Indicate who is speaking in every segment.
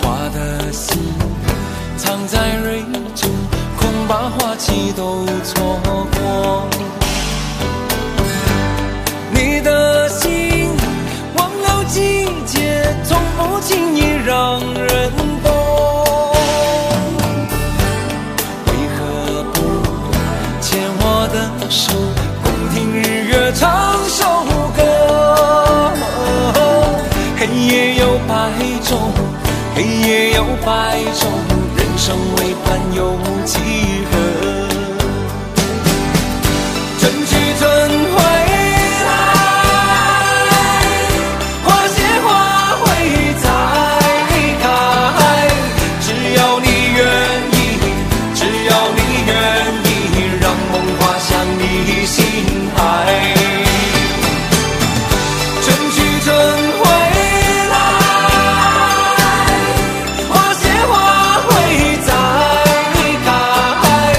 Speaker 1: 花的心藏在蕊中，恐怕花期都错过。你的心忘了季节，从不轻易让人懂。为何不牵我的手，共听日月唱首歌？黑夜有白昼，黑夜有白昼，人生为盼有几何？春去春回来，花谢花会再开。只要你愿意，只要你愿意，让梦划向你心海。春去春回来，花谢花会再开。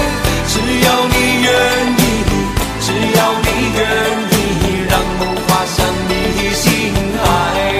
Speaker 1: 只要你愿意，只要你愿意，让梦划向你心海。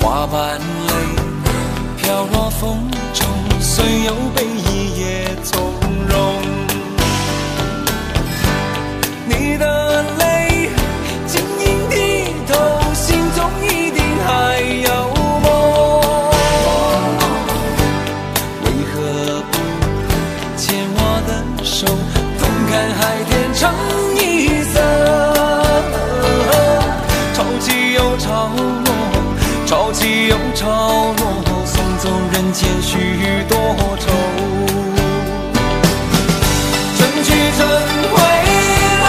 Speaker 1: 花瓣泪飘落风中，虽有悲意也从容。你的泪晶莹剔透，心中一定还有梦。为何不牵我的手，同看海天成一色？潮起又潮落，潮起又潮落，送走人间许多愁。春去春回来，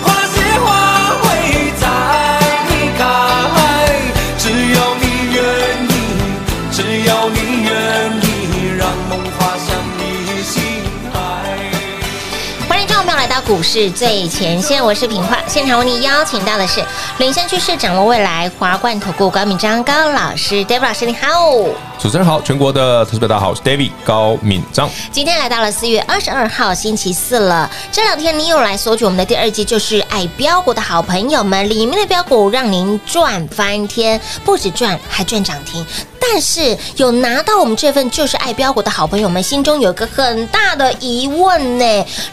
Speaker 1: 花谢花会再开。只要你愿意，只要你愿意，让梦划向你心海。
Speaker 2: 欢迎听众朋友来到股市最前线，我是品化。现场为你邀请到的是领先趋势、掌握未来华冠投顾高敏章高老师，David 老师，你好。
Speaker 3: 主持人好，全国的投资者大家好，我是 David 高敏章。
Speaker 2: 今天来到了四月二十二号星期四了，这两天你有来索取我们的第二季，就是爱标股的好朋友们，里面的标股让您赚翻天，不止赚还赚涨停。但是有拿到我们这份就是爱标股的好朋友们，心中有一个很大的疑问呢。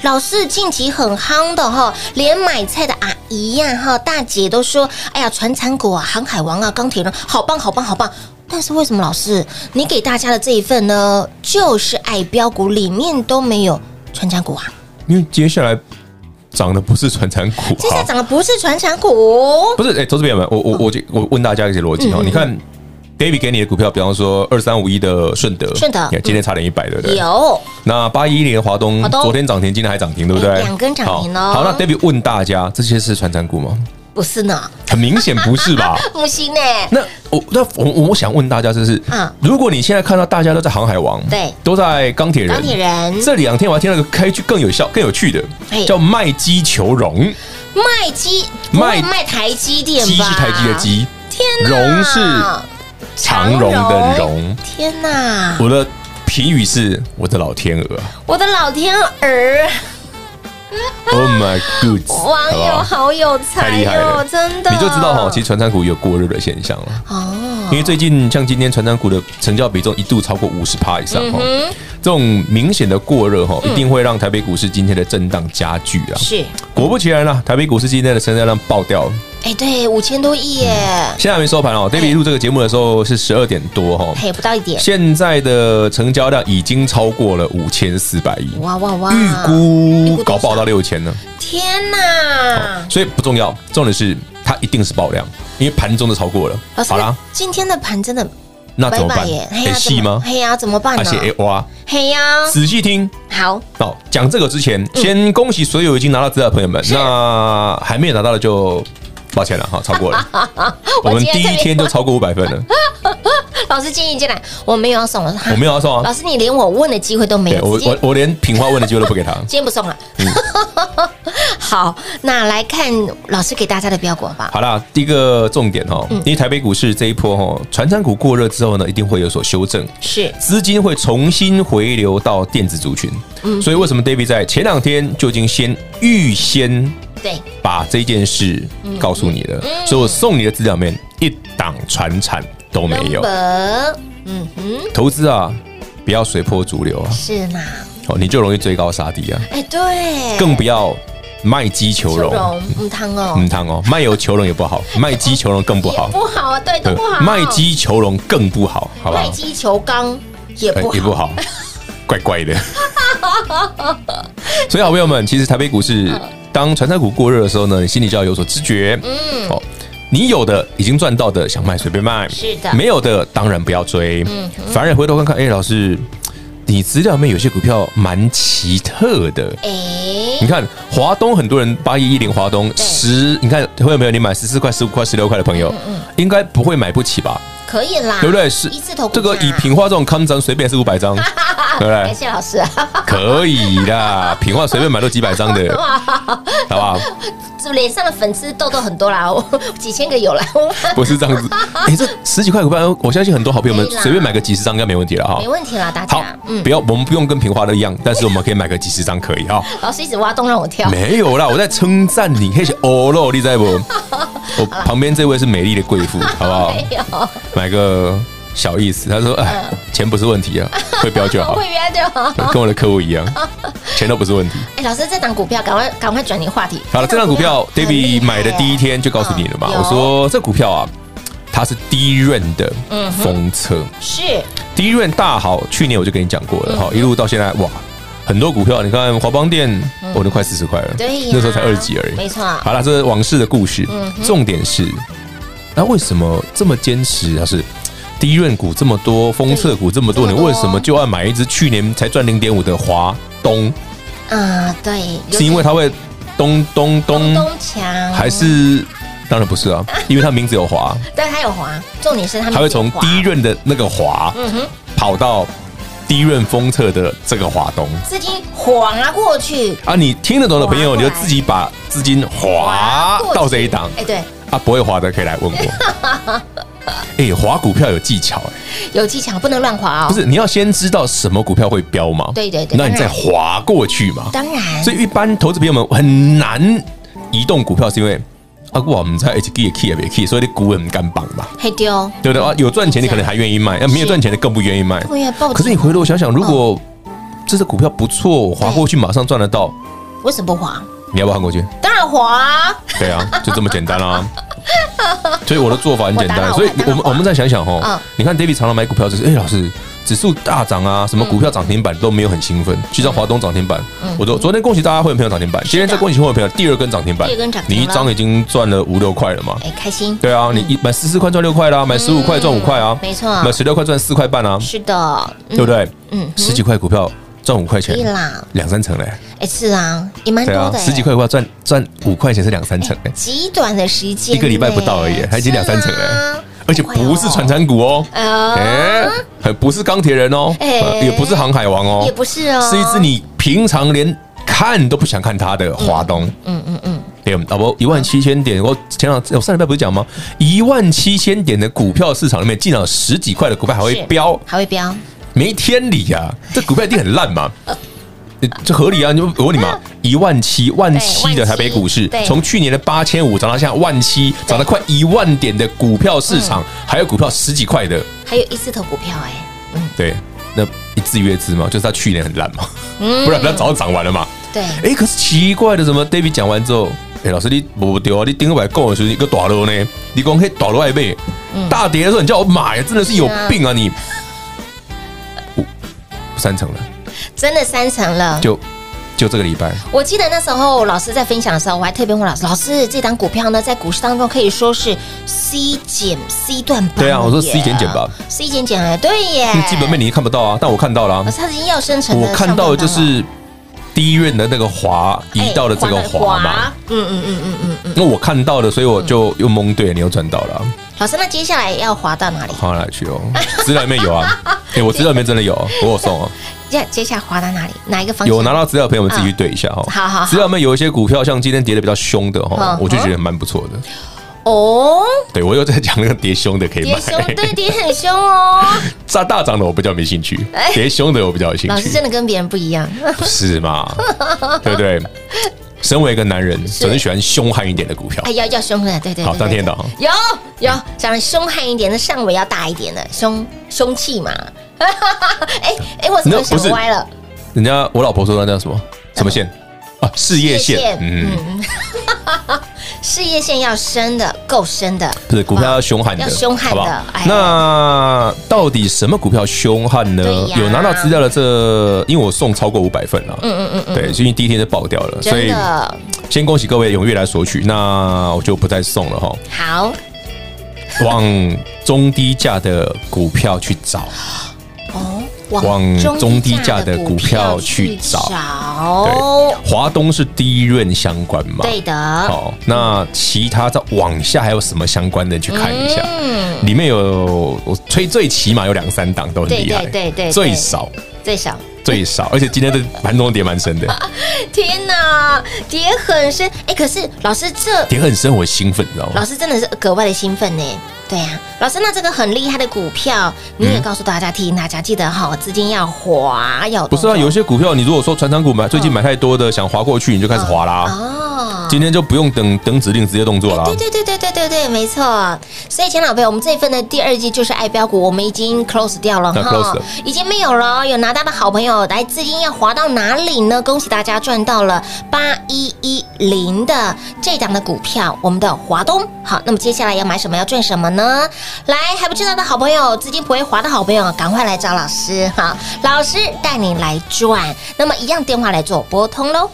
Speaker 2: 老师近期很夯的哈，连买菜的阿姨呀、哈大姐都说，哎呀，传产股啊，航海王啊，钢铁人，好棒好棒好棒。但是为什么老师你给大家的这一份呢，就是爱标股里面都没有传产股啊？
Speaker 3: 因为接下来涨的不是传产股
Speaker 2: 现在
Speaker 3: 哈，
Speaker 2: 涨的不是传产股，
Speaker 3: 啊不是哎、投资朋友们，我
Speaker 2: 嗯
Speaker 3: 我我就我问大家一些逻辑哈，你看 David 给你的股票，比方说二三五一的顺德，
Speaker 2: 顺德嗯
Speaker 3: 你看今天差点一百，对不对？
Speaker 2: 有
Speaker 3: 那八一零的华东
Speaker 2: 华，东
Speaker 3: 昨天涨停，今天还涨停，对不对？
Speaker 2: 哎两根涨停哦
Speaker 3: 好，好那 David 问大家，这些是传产股吗？
Speaker 2: 不是呢？
Speaker 3: 很明显不是 吧？
Speaker 2: 木星呢？
Speaker 3: 那我那我我想问大家，就是，
Speaker 2: 嗯
Speaker 3: 如果你现在看到大家都在航海王，
Speaker 2: 对
Speaker 3: 都在钢铁人，
Speaker 2: 钢铁人
Speaker 3: 这两天我还听到一个开句更有效、更有趣的
Speaker 2: 嘿，
Speaker 3: 叫卖鸡求荣，
Speaker 2: 卖鸡不会
Speaker 3: 卖
Speaker 2: 卖台积电
Speaker 3: 鸡
Speaker 2: 吧？
Speaker 3: 是台积的，鸡，
Speaker 2: 天哪！
Speaker 3: 荣是长荣的荣。
Speaker 2: 天哪！
Speaker 3: 我的评语是我的老天鹅啊
Speaker 2: 我的老天儿，
Speaker 3: ，Oh my good，
Speaker 2: 网友好有
Speaker 3: 太
Speaker 2: 才
Speaker 3: 厉害
Speaker 2: 哟、
Speaker 3: 了，
Speaker 2: 真的，
Speaker 3: 你就知道哈，其实传产股有过热的现象了。
Speaker 2: 哦，
Speaker 3: 因为最近像今天传产股的成交比重一度超过五十趴以上哈，哦
Speaker 2: 嗯
Speaker 3: 这种明显的过热哈，一定会让台北股市今天的震荡加剧啊。
Speaker 2: 是，
Speaker 3: 果不其然啦、台北股市今天的成交量爆掉了，
Speaker 2: 哎，对，五千多亿耶，
Speaker 3: 现在还没收盘哦。David
Speaker 2: 哎
Speaker 3: 录这个节目的时候是十二点多哈，
Speaker 2: 嘿，不到一点，
Speaker 3: 现在的成交量已经超过了五千四百亿，
Speaker 2: 哇哇哇，
Speaker 3: 预估搞不好到六千呢，
Speaker 2: 天哪！
Speaker 3: 所以不重要，重点是它一定是爆量，因为盘中都超过了。
Speaker 2: 老师
Speaker 3: 好啦，，
Speaker 2: 今天的盘真的
Speaker 3: 那怎么办？
Speaker 2: 嘿
Speaker 3: 得
Speaker 2: 哎呀，
Speaker 3: 戏
Speaker 2: 怎么
Speaker 3: 吗？
Speaker 2: 嘿呀，怎嗯么办
Speaker 3: 而
Speaker 2: 呢
Speaker 3: 且？哎哇，
Speaker 2: 嘿呀，
Speaker 3: 仔细听。
Speaker 2: 好，
Speaker 3: 好，讲这个之前，
Speaker 2: 嗯
Speaker 3: 先恭喜所有已经拿到资料的朋友们。那还没有拿到的就抱歉了哈，超 过了。我们
Speaker 2: 今
Speaker 3: 第
Speaker 2: 天
Speaker 3: 一天就超过五百分 了，
Speaker 2: 老师建议进来，我没有要送了，
Speaker 3: 我没有要送啊
Speaker 2: 老。师，你连我问的机会都没
Speaker 3: 对
Speaker 2: 有，
Speaker 3: 我
Speaker 2: 直接
Speaker 3: 我嗯我连品花问的机会都不给他。
Speaker 2: 今天不送了。 好，那来看老师给大家的标股好不好？
Speaker 3: 好啦，第一个重点
Speaker 2: 嗯
Speaker 3: 哈，因为台北股市这一波哈，传产股过热之后呢，一定会有所修正。
Speaker 2: 是
Speaker 3: 资金会重新回流到电子族群，
Speaker 2: 嗯
Speaker 3: 所以为什么 David 在前两天就已经先预先
Speaker 2: 对，
Speaker 3: 把这件事
Speaker 2: 嗯
Speaker 3: 告诉你了，所以我送你的资料里面一档传产都没有。
Speaker 2: number，嗯哼，
Speaker 3: 投资啊，不要随波逐流啊，
Speaker 2: 是啦，
Speaker 3: 哦，你就容易追高杀低啊，
Speaker 2: 哎，对，
Speaker 3: 更不要卖鸡求
Speaker 2: 求
Speaker 3: 荣，
Speaker 2: 荣母汤哦，
Speaker 3: 嗯，汤哦，卖油求荣也不好，卖鸡求荣更不
Speaker 2: 也
Speaker 3: 好，
Speaker 2: 不好啊，对，都不好，
Speaker 3: 卖鸡求荣更不好，好不
Speaker 2: 卖
Speaker 3: 好？
Speaker 2: 鸡求刚也
Speaker 3: 哎
Speaker 2: 不好，
Speaker 3: 也 不好，怪怪的。 所以，好朋友们，其实台北股市
Speaker 2: 嗯
Speaker 3: 当传产股过热的时候呢，你心里就要有所知觉。嗯，哦，你有的已经赚到的，想卖随便卖；
Speaker 2: 是的
Speaker 3: 没有的当然不要追。嗯，反而回头看看，哎，老师，你资料里面有些股票蛮奇特的。你
Speaker 2: 哎，
Speaker 3: 看华东，很多人八一一零华东十，你看会有没有你买十四块、十五块、十六块的朋
Speaker 2: 嗯
Speaker 3: 友，应该不会买不起吧？
Speaker 2: 可以啦，
Speaker 3: 对不对？是
Speaker 2: 啊一字头啊股
Speaker 3: 这个
Speaker 2: 价
Speaker 3: 以平化这种康张随便是五百 张，对不
Speaker 2: 感
Speaker 3: 对？
Speaker 2: 谢老师啊，
Speaker 3: 可以啦，平化随便买都几百张 的，好不好？
Speaker 2: 这脸上的粉刺痘痘很多啦，我 几千个有啦，
Speaker 3: 不是这 样子，哎，这十几块股票，我相信很多好朋友们
Speaker 2: 可以啦
Speaker 3: 随便买个几十张应该没问题了哈
Speaker 2: 没。问题啦，嗯大
Speaker 3: 好
Speaker 2: 家，，
Speaker 3: 不要，我们不用跟平花都一样，但是我们可以买个几十张可以 哈。
Speaker 2: 老师一直挖洞让我跳，
Speaker 3: 没有啦，我在称赞你，可以写哦喽，你在 不？我旁边这位是美丽的贵妇，好不 好？
Speaker 2: 没有。嗯
Speaker 3: 买个小意思，他说，哎，钱不是问题啊，会标就好
Speaker 2: 会。员就好。
Speaker 3: 对跟我的客户一 样，钱都不是问题。
Speaker 2: 哎，老师，这档股票赶快赶快转移话题。
Speaker 3: 好了，这张股票
Speaker 2: 很厉
Speaker 3: David
Speaker 2: 害哦
Speaker 3: 买的第一天就告诉你了嘛，
Speaker 2: 啊嗯有
Speaker 3: 我说这股票啊，它是第一任的封测，
Speaker 2: 嗯是
Speaker 3: 第一任大好，去年我就跟你讲过
Speaker 2: 嗯
Speaker 3: 了哈，一路到现在哇，很多股票，你看华邦店，我都快四十块了，
Speaker 2: 嗯对呀
Speaker 3: 那时候才二十几而已。
Speaker 2: 没错嗯
Speaker 3: 好了，这是往事的故事，重点是，那为什么这么坚持？它是第一任股这么多，封测股这么多，
Speaker 2: 这
Speaker 3: 你
Speaker 2: 么多
Speaker 3: 为什么就要买一只去年才赚零点五的华东？
Speaker 2: 啊，对，有
Speaker 3: 是因为它会咚咚
Speaker 2: 东
Speaker 3: 咚，
Speaker 2: 东强，
Speaker 3: 还是？当然不是啊，因为它名字 有华，
Speaker 2: 但它有滑，嗯重点是它
Speaker 3: 它会从第一润的那个华，跑到第一润封测的这个华东
Speaker 2: 资金滑过去，
Speaker 3: 啊。你听得懂的朋友，
Speaker 2: 划
Speaker 3: 你
Speaker 2: 过来
Speaker 3: 就自己把资金
Speaker 2: 滑
Speaker 3: 划
Speaker 2: 过去
Speaker 3: 到这一档
Speaker 2: 哎，对，
Speaker 3: 啊，不会划的可以来问 我。哎，划股票有技巧哎，
Speaker 2: 有技巧，不能乱滑哦。
Speaker 3: 不，是你要先知道什么股票会飙嘛，
Speaker 2: 对对对
Speaker 3: 那你再
Speaker 2: 当然
Speaker 3: 划过去嘛。
Speaker 2: 当然，
Speaker 3: 所以一般投资朋友们很难移动股票，是因为啊，我们在 H D 也 key 也 key，所以你股很敢绑嘛，
Speaker 2: 黑丢，
Speaker 3: 对不对啊？有赚钱你可能还愿意卖，啊那没有
Speaker 2: 是
Speaker 3: 赚钱的更不愿意卖。
Speaker 2: 不愿报。
Speaker 3: 可是你回头想想，如果这只股票不错，我划过去马上赚得到，
Speaker 2: 为什么不滑？
Speaker 3: 你要不要换过去？
Speaker 2: 当然滑，
Speaker 3: 对啊，就这么简 单啦。所以我的做法很简单，
Speaker 2: 我打扰
Speaker 3: 所以
Speaker 2: 我打
Speaker 3: 我
Speaker 2: 扰
Speaker 3: 们我们再想想
Speaker 2: 嗯
Speaker 3: 哦，你看 David 常常买股票就是，哎，老师，指数大涨啊，
Speaker 2: 嗯
Speaker 3: 什么股票涨停板都没有很兴奋，就像华东涨停板，我昨昨天恭喜大家会员朋友涨停板，今天再恭喜会员朋友第二根涨停板
Speaker 2: 第二根涨，停
Speaker 3: 你一张已经赚了五六块了嘛？
Speaker 2: 哎，开心，
Speaker 3: 对啊，你一买十四块赚六块啦，买十五块赚五块啊，
Speaker 2: 嗯没错
Speaker 3: 买十六块赚四块半啊，
Speaker 2: 是的，
Speaker 3: 对不
Speaker 2: 对？
Speaker 3: 对？
Speaker 2: 嗯，
Speaker 3: 十几块股票赚五块钱
Speaker 2: 可以，啦，
Speaker 3: 两三成嘞，
Speaker 2: 哎，是啊，也蛮
Speaker 3: 对
Speaker 2: 多
Speaker 3: 啊
Speaker 2: 的，，
Speaker 3: 十几块股票赚赚五块钱是两三成嘞。
Speaker 2: 极短的时间呢，啊
Speaker 3: 一个礼拜不到而已它已经两三成了
Speaker 2: 是啊
Speaker 3: 而且不是传产股哦，
Speaker 2: 哎呦
Speaker 3: 哎、还不是钢铁人哦，
Speaker 2: 哎
Speaker 3: 呃也不是航海王哦，
Speaker 2: 也不是哦，
Speaker 3: 是一只你平常连看都不想看它的华东。哎
Speaker 2: 嗯嗯嗯，
Speaker 3: 对，老婆一万七千点，我前两我上礼拜不是讲吗？一万七千点的股票市场里面，竟然有十几块的股票还会
Speaker 2: 是
Speaker 3: 飙，
Speaker 2: 还会标，
Speaker 3: 没天理呀、这股票一定很烂嘛。呃这合理啊！你就我问你嘛，一万七万七的台北股市
Speaker 2: 对万七对，
Speaker 3: 从去年的八千五涨到现在万七，涨到快一万点的股票市
Speaker 2: 嗯
Speaker 3: 场，还有股票十几块的，
Speaker 2: 还有一字头股票哎，
Speaker 3: 对，那一字约之嘛，就是它去年很烂嘛，
Speaker 2: 嗯
Speaker 3: 不然它早就涨完了嘛。
Speaker 2: 对，
Speaker 3: 哎，可是奇怪的，怎么 David 讲完之后，哎，老师你不对啊，你顶个白讲的时候你个大楼呢，你光可以大楼还倍，
Speaker 2: 嗯
Speaker 3: 大跌的时候你叫我买，真的是有病啊你！
Speaker 2: 嗯
Speaker 3: 五三成了，
Speaker 2: 真的三成了。
Speaker 3: 就就这个礼拜，
Speaker 2: 我记得那时候老师在分享的时候，我还特别问老师：“老师，这档股票呢，在股市当中可以说是 C 减 C 段班耶。”
Speaker 3: 对啊我说 C 减减吧
Speaker 2: ，C 减减哎，对耶
Speaker 3: 因为。基本面你看不到啊，但我看到了啊
Speaker 2: 可，是它已经要生成了
Speaker 3: 我看到的就
Speaker 2: 上半段了
Speaker 3: 是第一院的那个华移到了这个
Speaker 2: 哎
Speaker 3: 华嘛，，
Speaker 2: 嗯嗯嗯嗯嗯嗯。
Speaker 3: 那我看到的，所以我就又蒙对了，你又赚到了啊。
Speaker 2: 老师，那接下来要滑到哪里？
Speaker 3: 花哪去哦？资料里面有啊， 哎、我资料里面真的有，我有送哦、
Speaker 2: 接接下来滑到哪里？哪一个方向？
Speaker 3: 有拿到资料的朋友们自己去对一下哈、哦
Speaker 2: 嗯好好好
Speaker 3: 资料里面有一些股票，像今天跌的比较凶的哈、
Speaker 2: 嗯
Speaker 3: 我就觉得蛮不错的。
Speaker 2: 哦，
Speaker 3: 对我又在讲那个跌凶的可以
Speaker 2: 跌
Speaker 3: 哎买，
Speaker 2: 凶，对，跌很凶哦。
Speaker 3: 炸大涨的我比较没兴趣，跌凶的我比较有兴
Speaker 2: 哎老师
Speaker 3: 趣，
Speaker 2: 真的跟别人不一样，
Speaker 3: 不是嘛？对不对？身为一个男人，总是喜欢凶悍一点的股票
Speaker 2: 哎，。要要凶狠，对对。
Speaker 3: 好
Speaker 2: 对
Speaker 3: 当
Speaker 2: 对
Speaker 3: 天的
Speaker 2: 对
Speaker 3: 哦
Speaker 2: 有有长得凶悍一点的，上围要大一点的，凶凶器嘛。 哎哎，我怎么
Speaker 3: 那不
Speaker 2: 想
Speaker 3: 是
Speaker 2: 歪了？
Speaker 3: 人家我老婆说那叫什么什么线啊？事业
Speaker 2: 事业
Speaker 3: 线
Speaker 2: 线。
Speaker 3: 嗯，
Speaker 2: 事业线要深的，够深的。
Speaker 3: 不是股票要凶悍的，
Speaker 2: 要凶悍的
Speaker 3: 好不好
Speaker 2: 哎
Speaker 3: 那到底什么股票凶悍呢
Speaker 2: 对呀？
Speaker 3: 有拿到资料的这，因为我送超过五百份了，嗯嗯嗯，对，所以第一天就爆掉了，所
Speaker 2: 真
Speaker 3: 以
Speaker 2: 的
Speaker 3: 先恭喜各位踊跃来索取，那我就不再送了哈，
Speaker 2: 好
Speaker 3: 往中低价的股票去找，
Speaker 2: 哦，
Speaker 3: 往中低价的股票去找对，华东是第一润相关嘛，
Speaker 2: 哦对的，
Speaker 3: 好，那其他再往下还有什么相关的去看一下？
Speaker 2: 嗯，
Speaker 3: 里面有我吹最起码有两三档都很厉害，
Speaker 2: 对对对对对
Speaker 3: 最少
Speaker 2: 最少。
Speaker 3: 最少，而且今天的盘中跌蛮深的，
Speaker 2: 天哪，跌很深哎，可是老师这
Speaker 3: 跌很深，我兴奋，你知道
Speaker 2: 老
Speaker 3: 吗？
Speaker 2: 师真的是格外的兴奋呢。对呀、老师，那这个很厉害的股票，你
Speaker 3: 嗯
Speaker 2: 也告诉大家，提醒大家记得哈，资金要滑，要有
Speaker 3: 不是啊，
Speaker 2: 动作
Speaker 3: 有一些股票你如果说船长股买最近买太多的，想划过去你就开始划啦，
Speaker 2: 哦。
Speaker 3: 今天就不用等等指令直接动作啦
Speaker 2: 对。对对对对对对，没错。所以，钱老朋友，我们这一份的第二季就是爱标股，我们已经 close 掉了
Speaker 3: 那 close 了
Speaker 2: 已经没有了。有拿到的好朋友，来资金要滑到哪里呢？恭喜大家赚到了八一一零的这档的股票，我们的华东。好，那么接下来要买什么，要赚什么呢？来，还不知道的好朋友，资金不会滑的好朋友，赶快来找老师哈，老师带你来赚。那么一样电话来做拨通喽。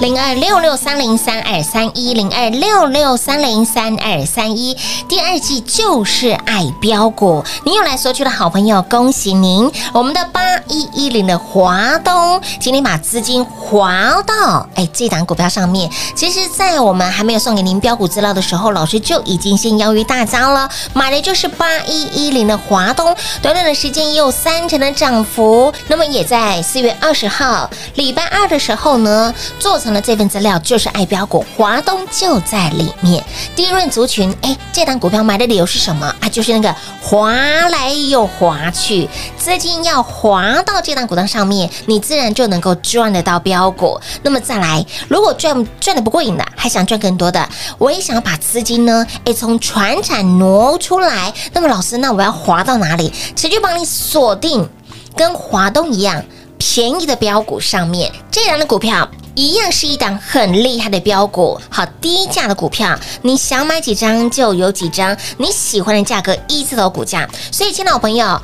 Speaker 2: 零二六六三零三二三一零二六六三零三二三一。第二季就是爱标股，你有来索取的好朋友，恭喜您！我们的八一一零的华东，请你把资金划到哎这档股票上面。其实，在我们还没有送给您标股资料的时候，老师就已经先邀约大家了，买的就是八一一零的华东，短短的时间也有三成的涨幅。那么也在四月二十号礼拜二的时候呢，做成了这份资料，就是爱标股华东就在里面。低润族群，哎，这档股票买的理由是什么啊？就是那个滑来又滑去，资金要滑到这档股票上面，你自然就能够赚得到标股。那么再来，如果赚赚的不过瘾的，还想赚更多的，我也想要把资金呢，哎，从船产挪出来。那么老师，那我要滑到哪里？持续帮你锁定，跟华东一样。便宜的标股上面，这档的股票一样是一档很厉害的标股。好，低价的股票，你想买几张就有几张，你喜欢的价格一字头股价。所以，亲爱的朋友。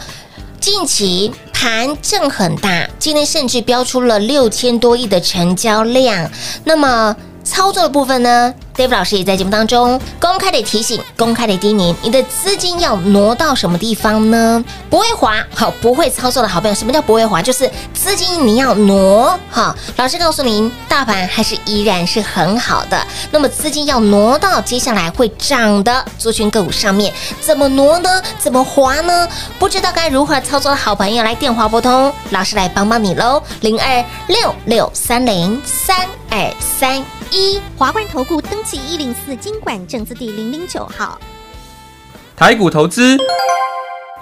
Speaker 2: 近期盘正很大，今天甚至标出了六千多亿的成交量。那么操作的部分呢？Dave 老师也在节目当中公开的提醒、公开的叮咛，你的资金要挪到什么地方呢？不会滑，好，不会操作的好朋友，什么叫不会滑？就是资金你要挪，哈。老师告诉您，大盘还是依然是很好的，那么资金要挪到接下来会涨的族群个股上面，怎么挪呢？怎么滑呢？不知道该如何操作的好朋友，来电话拨通，老师来帮帮你喽，零二六六三零三二三一。
Speaker 4: 华冠投顾登记一零四经管证字第零零九号。
Speaker 5: 台股投资，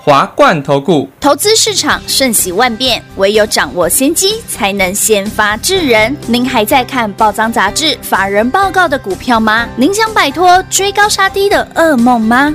Speaker 4: 华冠投顾
Speaker 6: 投资市场瞬息万变，唯有掌握先机，才能先发制人。您还在看报章杂志、法人报告的股票吗？您想摆脱追高杀低的噩梦吗？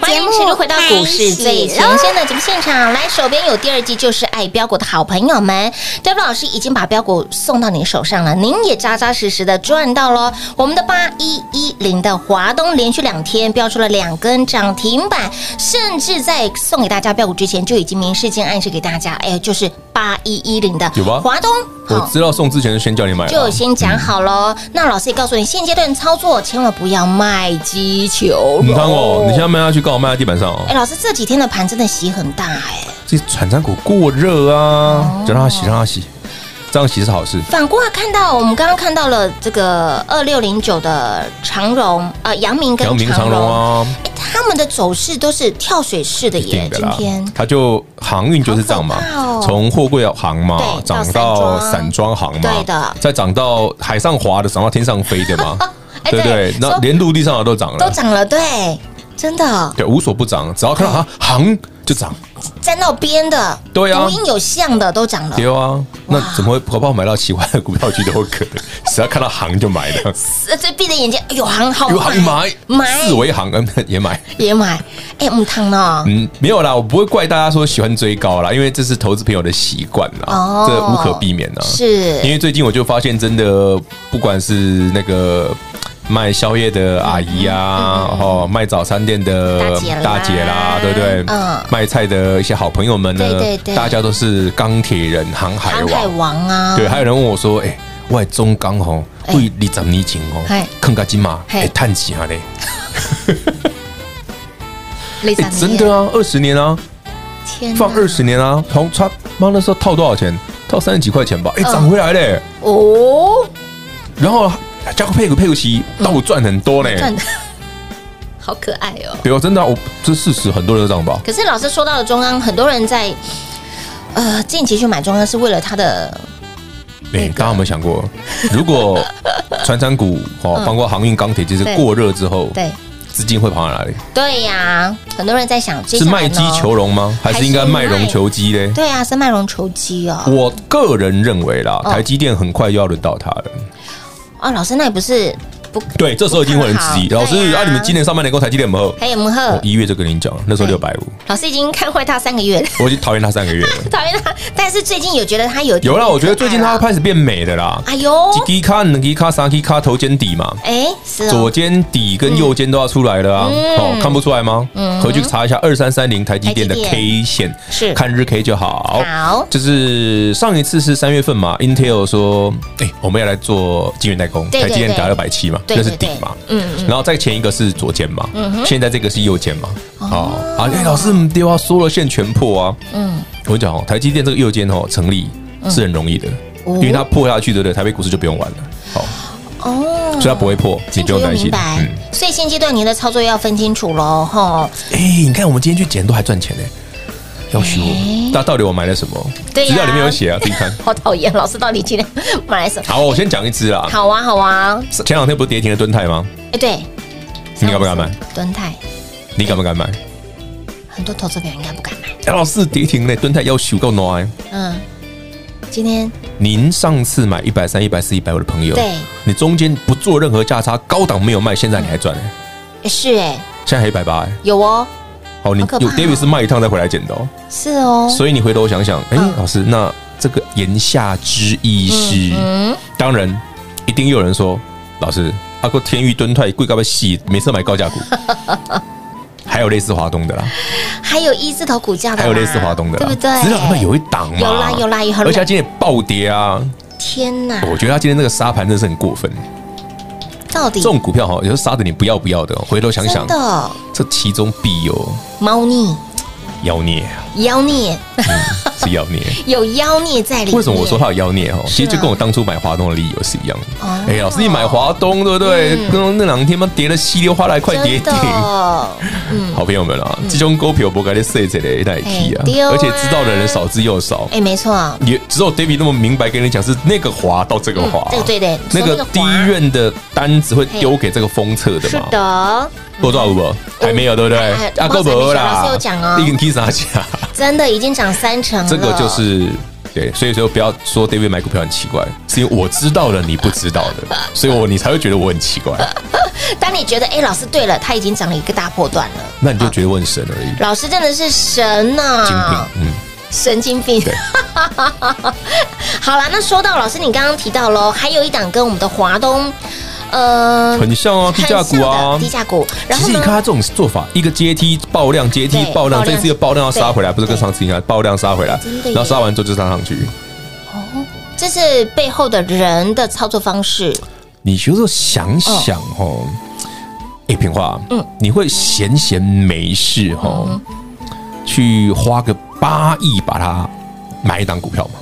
Speaker 2: 欢迎持续回到股市最前线的节目现场，来，手边有第二季就是爱标股的好朋友们，David 老师已经把标股送到您手上了，您也扎扎实实的赚到喽。我们的八一一零的华东连续两天标出了两根涨停板，甚至在送给大家标股之前就已经明示间暗示给大家，哎，就是八一一零的
Speaker 3: 有吗
Speaker 2: 华东，
Speaker 3: 我知道送之前就先叫你买了，
Speaker 2: 就有先讲好喽。那老师也告诉你，现阶段操作千万不要卖鸡球。
Speaker 3: 你看哦，你现在卖下去，刚好卖在地板上哦
Speaker 2: 哎、。老师这几天的盘真的洗很大哎、
Speaker 3: 这传产股过热
Speaker 2: 哦
Speaker 3: 啊，就让它洗，让它洗，这样洗是好事。
Speaker 2: 反过来看到，我们刚刚看到了这个二六零九的长荣，呃，阳明跟
Speaker 3: 阳明
Speaker 2: 长
Speaker 3: 长
Speaker 2: 荣，
Speaker 3: 荣啊，
Speaker 2: 哎他们的走势都是跳水式的
Speaker 3: 一定
Speaker 2: 耶，
Speaker 3: 的
Speaker 2: 今
Speaker 3: 啦
Speaker 2: 天。
Speaker 3: 它就航运就是这样嘛
Speaker 2: 好可怕哦，
Speaker 3: 从货柜行嘛
Speaker 2: 对，
Speaker 3: 涨
Speaker 2: 到
Speaker 3: 到
Speaker 2: 散
Speaker 3: 散装行嘛，
Speaker 2: 对的
Speaker 3: 再涨到海上滑的，涨到天上飞的嘛，
Speaker 2: 哎
Speaker 3: 对不对？那
Speaker 2: 说
Speaker 3: 连陆地上的都涨
Speaker 2: 都
Speaker 3: 了，
Speaker 2: 涨了，对，真的
Speaker 3: 对，无所不涨，只要看到它行就涨，
Speaker 2: 沾到边的，
Speaker 3: 对啊
Speaker 2: 有阴有象的都涨了，
Speaker 3: 对啊，那怎么会搞不好买到奇怪的股票去都有可 能？只要看到行就买了，
Speaker 2: 呃这闭着眼睛，哎呦，行好
Speaker 3: 有行买
Speaker 2: 买
Speaker 3: 四维行嗯也买。
Speaker 2: 也买，哎，唔烫呢，
Speaker 3: 嗯，没有啦，我不会怪大家说喜欢追高啦，因为这是投资朋友的习惯啦，
Speaker 2: 哦
Speaker 3: 这无可避免啦。啊
Speaker 2: 是
Speaker 3: 因为最近我就发现，真的不管是那个卖宵夜的阿姨
Speaker 2: 嗯
Speaker 3: 啊，哦，卖早餐店的
Speaker 2: 大姐啦
Speaker 3: 啦对不对？
Speaker 2: 嗯
Speaker 3: 卖菜的一些好朋友们呢，
Speaker 2: 对对对
Speaker 3: 大家都是钢铁人、航海
Speaker 2: 航
Speaker 3: 王。
Speaker 2: 海王啊，
Speaker 3: 对，还有人问我说，哎、外中钢吼，
Speaker 2: 哎
Speaker 3: 为你怎年前吼
Speaker 2: 嗨，
Speaker 3: 坑个金马，
Speaker 2: 嘿
Speaker 3: 哎，探钱啊嘞，
Speaker 2: 雷三
Speaker 3: 哎、真的啊，二十年啊，
Speaker 2: 天哪，
Speaker 3: 放二十年啊，从他妈那时候套多少钱？套三十几块钱吧，哎、
Speaker 2: 嗯
Speaker 3: 涨回来嘞、
Speaker 2: 哦，
Speaker 3: 然后加个配股配股息，倒赚很多嘞、
Speaker 2: 嗯赚的 好可爱哦。
Speaker 3: 对哦，真的啊、我这事实很多人都这样吧。
Speaker 2: 可是老师说到了中钢，很多人在呃近期去买中钢是为了它的
Speaker 3: 哎、大家有没有想过，如果船产股哦，包括航运、钢铁，就
Speaker 2: 嗯
Speaker 3: 是
Speaker 2: 对
Speaker 3: 过热之后，
Speaker 2: 对
Speaker 3: 资金会跑到哪里？
Speaker 2: 对呀、很多人在想接
Speaker 3: 是
Speaker 2: 下来呢
Speaker 3: 卖鸡求荣吗？还
Speaker 2: 还是
Speaker 3: 是应该
Speaker 2: 卖
Speaker 3: 卖荣求鸡嘞？
Speaker 2: 对啊，是卖绒球机哦。
Speaker 3: 我个人认为啦，
Speaker 2: 嗯
Speaker 3: 台积电很快就要轮到它了。
Speaker 2: 啊，老师那也不是不
Speaker 3: 对，这时候一定会有人质疑，
Speaker 2: 不看
Speaker 3: 老
Speaker 2: 好
Speaker 3: 师
Speaker 2: 对啊
Speaker 3: 啊，你们今年上半年跟台积电有没有？
Speaker 2: 还有木
Speaker 3: 我
Speaker 2: 赫，
Speaker 3: 哦一月就跟你讲，那时候
Speaker 2: 对
Speaker 3: 六百五，
Speaker 2: 老师已经看坏他三个月了，
Speaker 3: 我已经讨厌它三个月了。
Speaker 2: 讨厌他。但是最近有觉得他有
Speaker 3: 有啦，我觉得最近它
Speaker 2: 拍，
Speaker 3: 开始变美的啦，
Speaker 2: 哎呦，
Speaker 3: 几滴卡、两滴卡、三滴卡头肩底嘛，
Speaker 2: 哎是
Speaker 3: 左
Speaker 2: 哦，
Speaker 3: 肩底跟右肩都要出来了啊，
Speaker 2: 嗯
Speaker 3: 哦，看不出来吗？回去查一下二三三零台积电的
Speaker 2: 台积
Speaker 3: K 线，
Speaker 2: 是
Speaker 3: 看日 K 就好。
Speaker 2: 好
Speaker 3: 就是上一次是三月份嘛，Intel 说，哎、我们要来做晶圆代工，
Speaker 2: 对对
Speaker 3: 台积电
Speaker 2: 对
Speaker 3: 打六百七嘛，
Speaker 2: 对
Speaker 3: 那是
Speaker 2: 对
Speaker 3: 底
Speaker 2: 对
Speaker 3: 嘛，
Speaker 2: 嗯嗯，
Speaker 3: 然后再前一个是左肩嘛，现在这个是右肩嘛，哦，啊，哎、老师，你电话说了线全破啊，
Speaker 2: 嗯
Speaker 3: 嗯，我讲哦，台积电这个右肩哦成立是很容易的，
Speaker 2: 哦
Speaker 3: 因为它破下去，对不对？台北股市就不用玩了，好、
Speaker 2: 哦，
Speaker 3: 所以它不会破，你
Speaker 2: 清
Speaker 3: 不
Speaker 2: 楚
Speaker 3: 用
Speaker 2: 又
Speaker 3: 担
Speaker 2: 明
Speaker 3: 心。嗯
Speaker 2: 白，，所以现阶段您的操作要分清楚喽，吼，
Speaker 3: 哎、你看我们今天去捡都还赚钱呢、要许我，那到底我买了什么？
Speaker 2: 哎对呀
Speaker 3: 资料里面有写啊，自己看。
Speaker 2: 好讨厌，老师到底今天买来什么？
Speaker 3: 好，我先讲一只啊，
Speaker 2: 好啊，好啊，
Speaker 3: 前两天不是跌停的敦泰吗？
Speaker 2: 哎，对，
Speaker 3: 你敢不敢买？
Speaker 2: 蹲泰，
Speaker 3: 你敢不敢买？
Speaker 2: 很多投资朋友应该不敢买。
Speaker 3: 哎，老师跌停嘞，敦泰要许够暖。
Speaker 2: 嗯，今天
Speaker 3: 您上次买一百三、一百四、一百五的朋友，
Speaker 2: 对，
Speaker 3: 你中间不做任何价差，高档没有卖，现在你还赚、欸，
Speaker 2: 也是哎，
Speaker 3: 现在还一百八，
Speaker 2: 有哦，
Speaker 3: 哦，你
Speaker 2: 好可怕
Speaker 3: 有
Speaker 2: 哦
Speaker 3: David 是卖一趟再回来捡的哦，
Speaker 2: 是哦，
Speaker 3: 所以你回头想想，哎、
Speaker 2: 嗯
Speaker 3: 老师，那这个言下之意是，
Speaker 2: 嗯，
Speaker 3: 当然一定又有人说，老师，阿哥天域蹲泰贵高不细，每次买高价股， 还有类似华东的啦，
Speaker 2: 还有一字头股价的啦，
Speaker 3: 还有类似华东的啦，
Speaker 2: 对不对？
Speaker 3: 知道他们有一档嘛，
Speaker 2: 有啦有啦有啦
Speaker 3: 而且它今天也暴跌啊，
Speaker 2: 天哪，
Speaker 3: 我觉得他今天那个沙盘真的是很过分。
Speaker 2: 到底
Speaker 3: 这种股票哈，有时候杀的你不要不要的哦，回头想想
Speaker 2: 真，的
Speaker 3: 这其中必有
Speaker 2: 猫腻、
Speaker 3: 妖孽，啊
Speaker 2: 妖孽，
Speaker 3: 是妖孽。
Speaker 2: 有妖孽在里面。
Speaker 3: 为什么我说它有妖孽哦？
Speaker 2: 是啊
Speaker 3: 其实就跟我当初买华东的理由是一样的
Speaker 2: 哦。嗯
Speaker 3: 哎，老师，你买华东对不对？跟那两天嘛跌的稀里哗啦，快跌
Speaker 2: 真
Speaker 3: 停。
Speaker 2: 的？嗯，
Speaker 3: 好朋友们啊，这种股票不该你设计的代替啊
Speaker 2: 哎对啊，
Speaker 3: 而且知道的人少之又少。
Speaker 2: 哎，没错，
Speaker 3: 也只有 David 那么明白跟你讲，是那个滑到这个滑，
Speaker 2: 嗯这个对的说
Speaker 3: 那
Speaker 2: 那
Speaker 3: 个
Speaker 2: 个滑
Speaker 3: 第一任的单子会丢给这个封测的
Speaker 2: 是
Speaker 3: 嘛？
Speaker 2: 的，嗯
Speaker 3: 多少不？还没有对不对
Speaker 2: 哎？
Speaker 3: 阿
Speaker 2: 猫仔
Speaker 3: 够
Speaker 2: 老
Speaker 3: 不啦
Speaker 2: 师有讲哦？
Speaker 3: 你跟 Kiss 拿下，
Speaker 2: 真的已经涨三成了。
Speaker 3: 这个就是。
Speaker 2: 嗯
Speaker 3: 对，所以说不要说 David 买股票很奇怪，是因为我知道了你不知道 的，所以我你才会觉得我很奇怪，
Speaker 2: 当你觉得哎、老师对了，它已经涨了一个大波段了。
Speaker 3: 那你就觉得我很神而已，
Speaker 2: 老师真的是神呐、
Speaker 3: 精品，嗯，
Speaker 2: 神经病。 好啦，那说到老师，你刚刚提到喽，还有一档跟我们的华东，呃，
Speaker 3: 很像啊，低价股
Speaker 2: 很像
Speaker 3: 啊
Speaker 2: 的低，价股。然
Speaker 3: 其
Speaker 2: 后
Speaker 3: 实你看
Speaker 2: 呢，
Speaker 3: 他这种做法，一个阶梯爆量，阶梯
Speaker 2: 对
Speaker 3: 爆量，
Speaker 2: 爆量
Speaker 3: 这次又爆量要杀回来，不是跟上次一样爆量杀回来
Speaker 2: 真的，耶
Speaker 3: 然后杀完之后就杀上去。
Speaker 2: 这是背后的人的操作方式，
Speaker 3: 你有时候想想哦，哎，平花，
Speaker 2: 嗯
Speaker 3: 你会闲闲没事哦，去花个八亿把它买一档股票吗？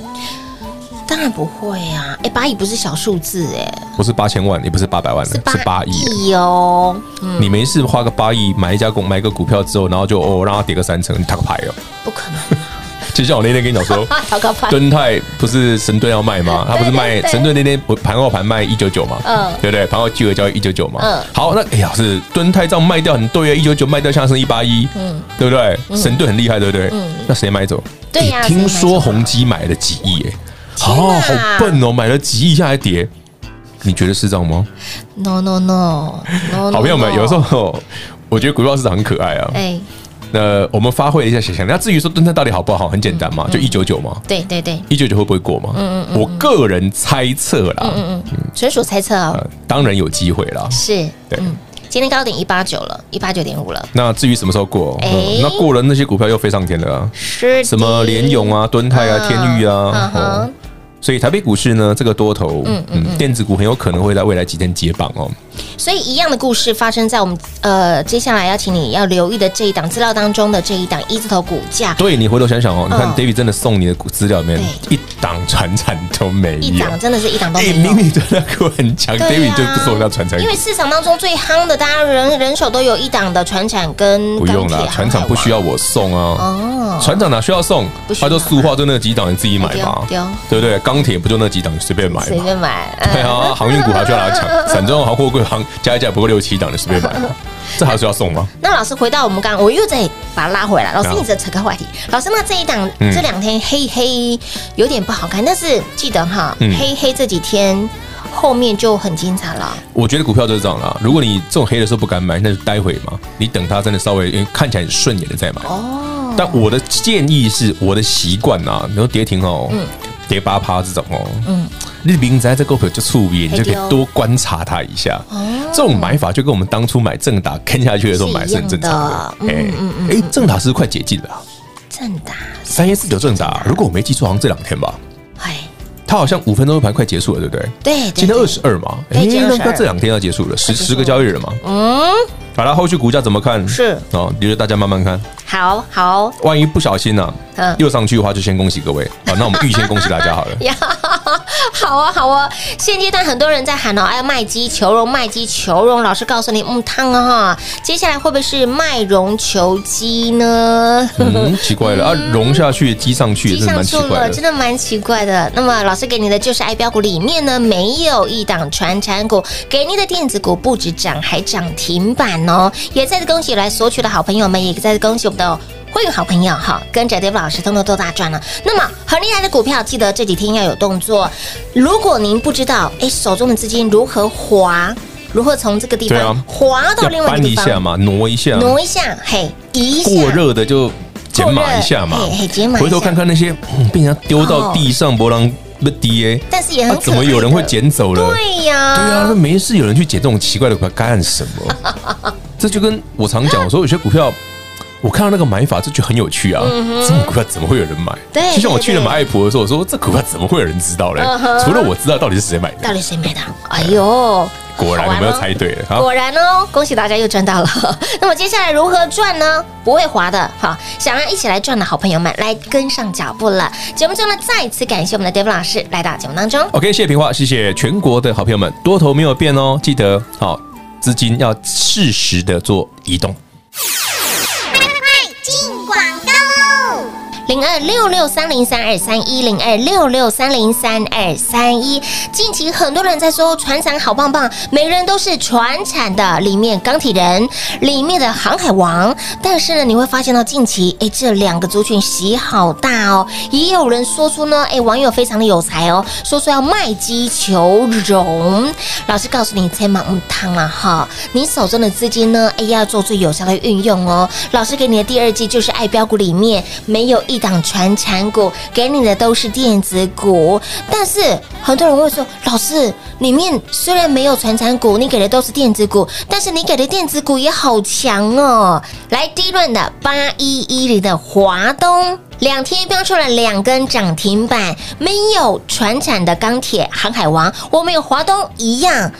Speaker 2: 当然不会啊。哎、八亿不是小数字哎、
Speaker 3: 不是八千万，也不是八百万的，是八亿。啊
Speaker 2: 亿哦。
Speaker 3: 你没事花个八亿买一家股买一个股票之后，然后就哦让它跌个三成，你打个牌哦。
Speaker 2: 不可能，
Speaker 3: 就像我那天跟你讲说，
Speaker 2: 好可 怕！
Speaker 3: 敦泰不是神盾要卖 吗？他不是
Speaker 2: 对
Speaker 3: 卖
Speaker 2: 对
Speaker 3: 神盾那天不盘后盘卖一九九嘛，
Speaker 2: 嗯
Speaker 3: 对不对？盘后巨额交易一九九嘛，
Speaker 2: 嗯
Speaker 3: 好，那哎呀是敦泰这样卖掉很对啊，一九九卖掉像是一八一，嗯，对不对？神盾很厉害，对不对？那谁买走？
Speaker 2: 嗯对呀
Speaker 3: 哎
Speaker 2: 谁买
Speaker 3: 听
Speaker 2: 走啊
Speaker 3: 说宏基买了几亿耶，哦，好笨哦，买了几亿下来跌。你觉得是这样吗？
Speaker 2: No no no no，
Speaker 3: 好朋友们，有时
Speaker 2: 候
Speaker 3: 候 我觉得股票市场很可爱啊。
Speaker 2: 哎，
Speaker 3: 那我们发挥一下想象，那至于说敦泰到底好不好，很简单嘛，
Speaker 2: 嗯
Speaker 3: 就一九九嘛，
Speaker 2: 对对对，
Speaker 3: 一九九会不会过
Speaker 2: 嗯
Speaker 3: 嘛？我个人猜测啦，
Speaker 2: 纯属猜测哦，
Speaker 3: 呃，当然有机会啦。
Speaker 2: 是，
Speaker 3: 对
Speaker 2: 嗯，今天高点一八九了，一八九点五了，
Speaker 3: 那至于什么时候过，
Speaker 2: 哎
Speaker 3: 嗯那过了那些股票又飞上天了啊，
Speaker 2: 是
Speaker 3: 什么联勇啊、敦泰啊、
Speaker 2: 嗯
Speaker 3: 天域啊
Speaker 2: 嗯，哼
Speaker 3: 哦所以台北股市呢，这个多头，嗯，电子股很有可能会在未来几天解绑哦。
Speaker 2: 所以一样的故事发生在我们呃接下来要请你要留意的这一档资料当中的这一档一字头股价。
Speaker 3: 对你回头想想哦，你看
Speaker 2: 嗯
Speaker 3: David 真的送你的股资料里面
Speaker 2: 对
Speaker 3: 一档传产都没
Speaker 2: 一
Speaker 3: 有
Speaker 2: 档，真的是一档都
Speaker 3: 哎，
Speaker 2: 没
Speaker 3: 明哎
Speaker 2: 有，
Speaker 3: 明敦泰股很强
Speaker 2: 对啊
Speaker 3: ，David 就不送他传产
Speaker 2: 因
Speaker 3: 股
Speaker 2: 为。市场当中最夯的，大家人人手都有一档的船产跟
Speaker 3: 不用啦，船厂不需
Speaker 2: 要
Speaker 3: 要我送啊。
Speaker 2: 哦，
Speaker 3: 船长哪需要送
Speaker 2: 不？需要
Speaker 3: 他就塑化就那几档，你自己买嘛，
Speaker 2: 丢丢
Speaker 3: 对不对？钢铁不就那几档，你随便买
Speaker 2: 随
Speaker 3: 嘛。
Speaker 2: 便买，嗯
Speaker 3: 对啊，航运股还需要拿来抢，散装行、货柜行加一加也不过六七档，你随便买 嘛。这还需要送吗？
Speaker 2: 那老师回到我们刚刚，我又再把它拉回来。老师，
Speaker 3: 好
Speaker 2: 你这扯开话题。老师，那这一档、
Speaker 3: 嗯
Speaker 2: 这两天黑黑有点不好看，但是记得哈，
Speaker 3: 嗯
Speaker 2: 黑黑这几天后面就很精彩了。
Speaker 3: 我觉得股票就是这样啦。如果你这种黑的时候不敢买，那就待会嘛，你等它真的稍微因为嗯看起来很顺眼的再买。
Speaker 2: 哦，
Speaker 3: 但我的建议是，我的习惯啊，你说跌停哦，
Speaker 2: 嗯
Speaker 3: 跌八趴这种哦，嗯，你明在这股票就触边，你就可
Speaker 2: 哎
Speaker 3: 以多观察它一下。
Speaker 2: 哦
Speaker 3: 这种买法就跟我们当初买正达坑下去的时候买是很正常的。
Speaker 2: 是一样的嗯
Speaker 3: 哎，哎正达是不是快解禁了啊，
Speaker 2: 正达，
Speaker 3: 三一四九正达，如果我没记错，好像这两天吧，
Speaker 2: 哎，
Speaker 3: 它好像五分钟一盘快结束了，对不对？
Speaker 2: 对，对
Speaker 3: 今天
Speaker 2: 对
Speaker 3: 二十二嘛，
Speaker 2: 对
Speaker 3: 哎
Speaker 2: 今天
Speaker 3: 那
Speaker 2: 22
Speaker 3: 那这两天要结束了，十
Speaker 2: 结束
Speaker 3: 十个交易日了嘛。
Speaker 2: 嗯，
Speaker 3: 好了，后续股价怎么看？
Speaker 2: 是
Speaker 3: 哦，留着大家慢慢看。
Speaker 2: 好好
Speaker 3: 万一不小心呢、
Speaker 2: 嗯
Speaker 3: 又上去的话，就先恭喜各位啊！那我们预先恭喜大
Speaker 2: 。
Speaker 3: 家好了
Speaker 2: 呀，好啊好啊。现阶段很多人在喊哦，哎，卖鸡求荣，卖鸡求荣。老师告诉你，嗯，汤啊哈，接下来会不会是卖荣求鸡呢？
Speaker 3: 嗯，奇怪了啊，融下去，积上去，
Speaker 2: 记
Speaker 3: 真的
Speaker 2: 上
Speaker 3: 蛮奇
Speaker 2: 树
Speaker 3: 怪
Speaker 2: 了，真
Speaker 3: 的。
Speaker 2: 的蛮奇怪的。那么老师给你的就是爱标股里面呢，没有一档传产股，给你的电子股不止涨，还涨停板哦。也再次恭喜来索取的好朋友们，也再次恭喜我们的。会员好朋友哈，跟着 Dave 老师通通都大赚了。那么很厉害的股票，记得这几天要有动作。如果您不知道，哎，手中的资金如何滑，如何从这个地
Speaker 3: 对
Speaker 2: 方
Speaker 3: 啊
Speaker 2: 滑到另
Speaker 3: 要
Speaker 2: 外一
Speaker 3: 搬
Speaker 2: 个地
Speaker 3: 一下
Speaker 2: 方，
Speaker 3: 嘛，挪一下，
Speaker 2: 挪一下，嘿，移一下，
Speaker 3: 过热的就减码一下嘛
Speaker 2: 过热嘿嘿减码一下
Speaker 3: 回头看看那些嗯被人家丢到地上，博浪不低耶，
Speaker 2: 但是也哦很可
Speaker 3: 啊
Speaker 2: 爱
Speaker 3: 怎么有人会
Speaker 2: 的
Speaker 3: 捡走了？
Speaker 2: 对呀、
Speaker 3: 对啊，那没事，有人去捡这种奇怪的股票干什么？ 这就跟我常讲，我说有些股票，我看到那个买法，这就很有趣啊。这种股票怎么会有人买？
Speaker 2: 嗯对
Speaker 3: 就像我去
Speaker 2: 对
Speaker 3: 年
Speaker 2: 对
Speaker 3: 买爱普的时候，我说这股票怎么会有人知道嘞
Speaker 2: 嗯哼？
Speaker 3: 除了我知道到底是谁买的。
Speaker 2: 到底谁买的？哎呦，
Speaker 3: 果然
Speaker 2: 好玩
Speaker 3: 有没有
Speaker 2: 吗
Speaker 3: 猜对了？好，
Speaker 2: 果然哦，恭喜大家又赚到了。 那么接下来如何赚呢？不会滑的，好，想要一起来赚的好朋友们，来跟上脚步了。节目中呢，再次感谢我们的 David 老师来到节目当中。
Speaker 3: OK，谢谢平话，谢谢全国的好朋友们，多头没有变哦，记得好、资金要适时的做移动。
Speaker 2: 零二六六三零三二三一零二六六三零三二三一。近期很多人在说船产好棒棒，每个人都是船产的里面钢铁人，里面的航海王。但是呢，你会发现到近期，哎，这两个族群洗好大哦。也有人说出呢，哎，网友非常的有才哦，说出要卖鸡求荣。老师告诉你，千万不汤嗯了哈，你手中的资金呢，哎，要做最有效的运用哦。老师给你的第二季就是爱标股里面没有一档传产股，给你的都是电子股。但是很多人会说，老师里面虽然没有传产股，你给的都是电子股，但是你给的电子股也好强哦。来第一轮的八一一零的华东。两天标出了两根涨停板，没有船产的钢铁航海王，我们有华东一样。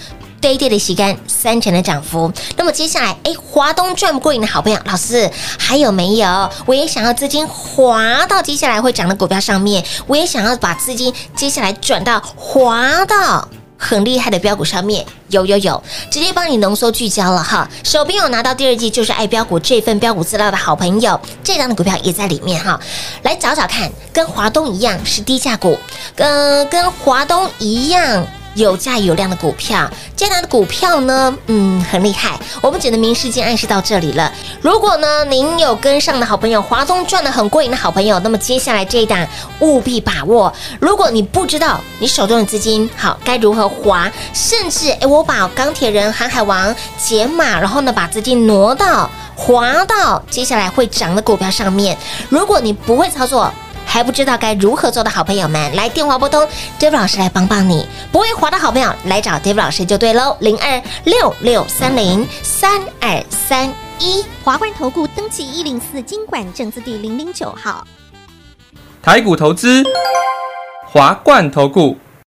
Speaker 2: day day 的洗干三成的涨幅，那么接下来，哎，华东赚不过瘾的好朋友，老师还有没有？我也想要资金滑到接下来会涨的股票上面，我也想要把资金接下来转到滑到很厉害的标股上面，有有有，直接帮你浓缩聚焦了哈。手边有拿到第二季就是爱标股这份标股资料的好朋友，这张的股票也在里面哈，来找找看，跟华东一样是低价股，跟跟华东一样。有价有量的股票，这样的股票呢，嗯，很厉害。我们只能明示间暗示到这里了。如果呢，您有跟上的好朋友，华东赚的很过瘾的好朋友，那么接下来这一档务必把握。如果你不知道你手中的资金好该如何划，甚至诶，我把钢铁人、航海王解码，然后呢，把资金挪到划到接下来会涨的股票上面。如果你不会操作，还不知道该如何做的好朋友们，来电话拨通，Dave 老师来帮帮你。不会滑的好朋友来找 Dave 老师就对喽，零二六六三零三二三一。
Speaker 5: 华冠投顾登记一零四经管证字第零零九号。
Speaker 4: 台股投资，华冠投顾。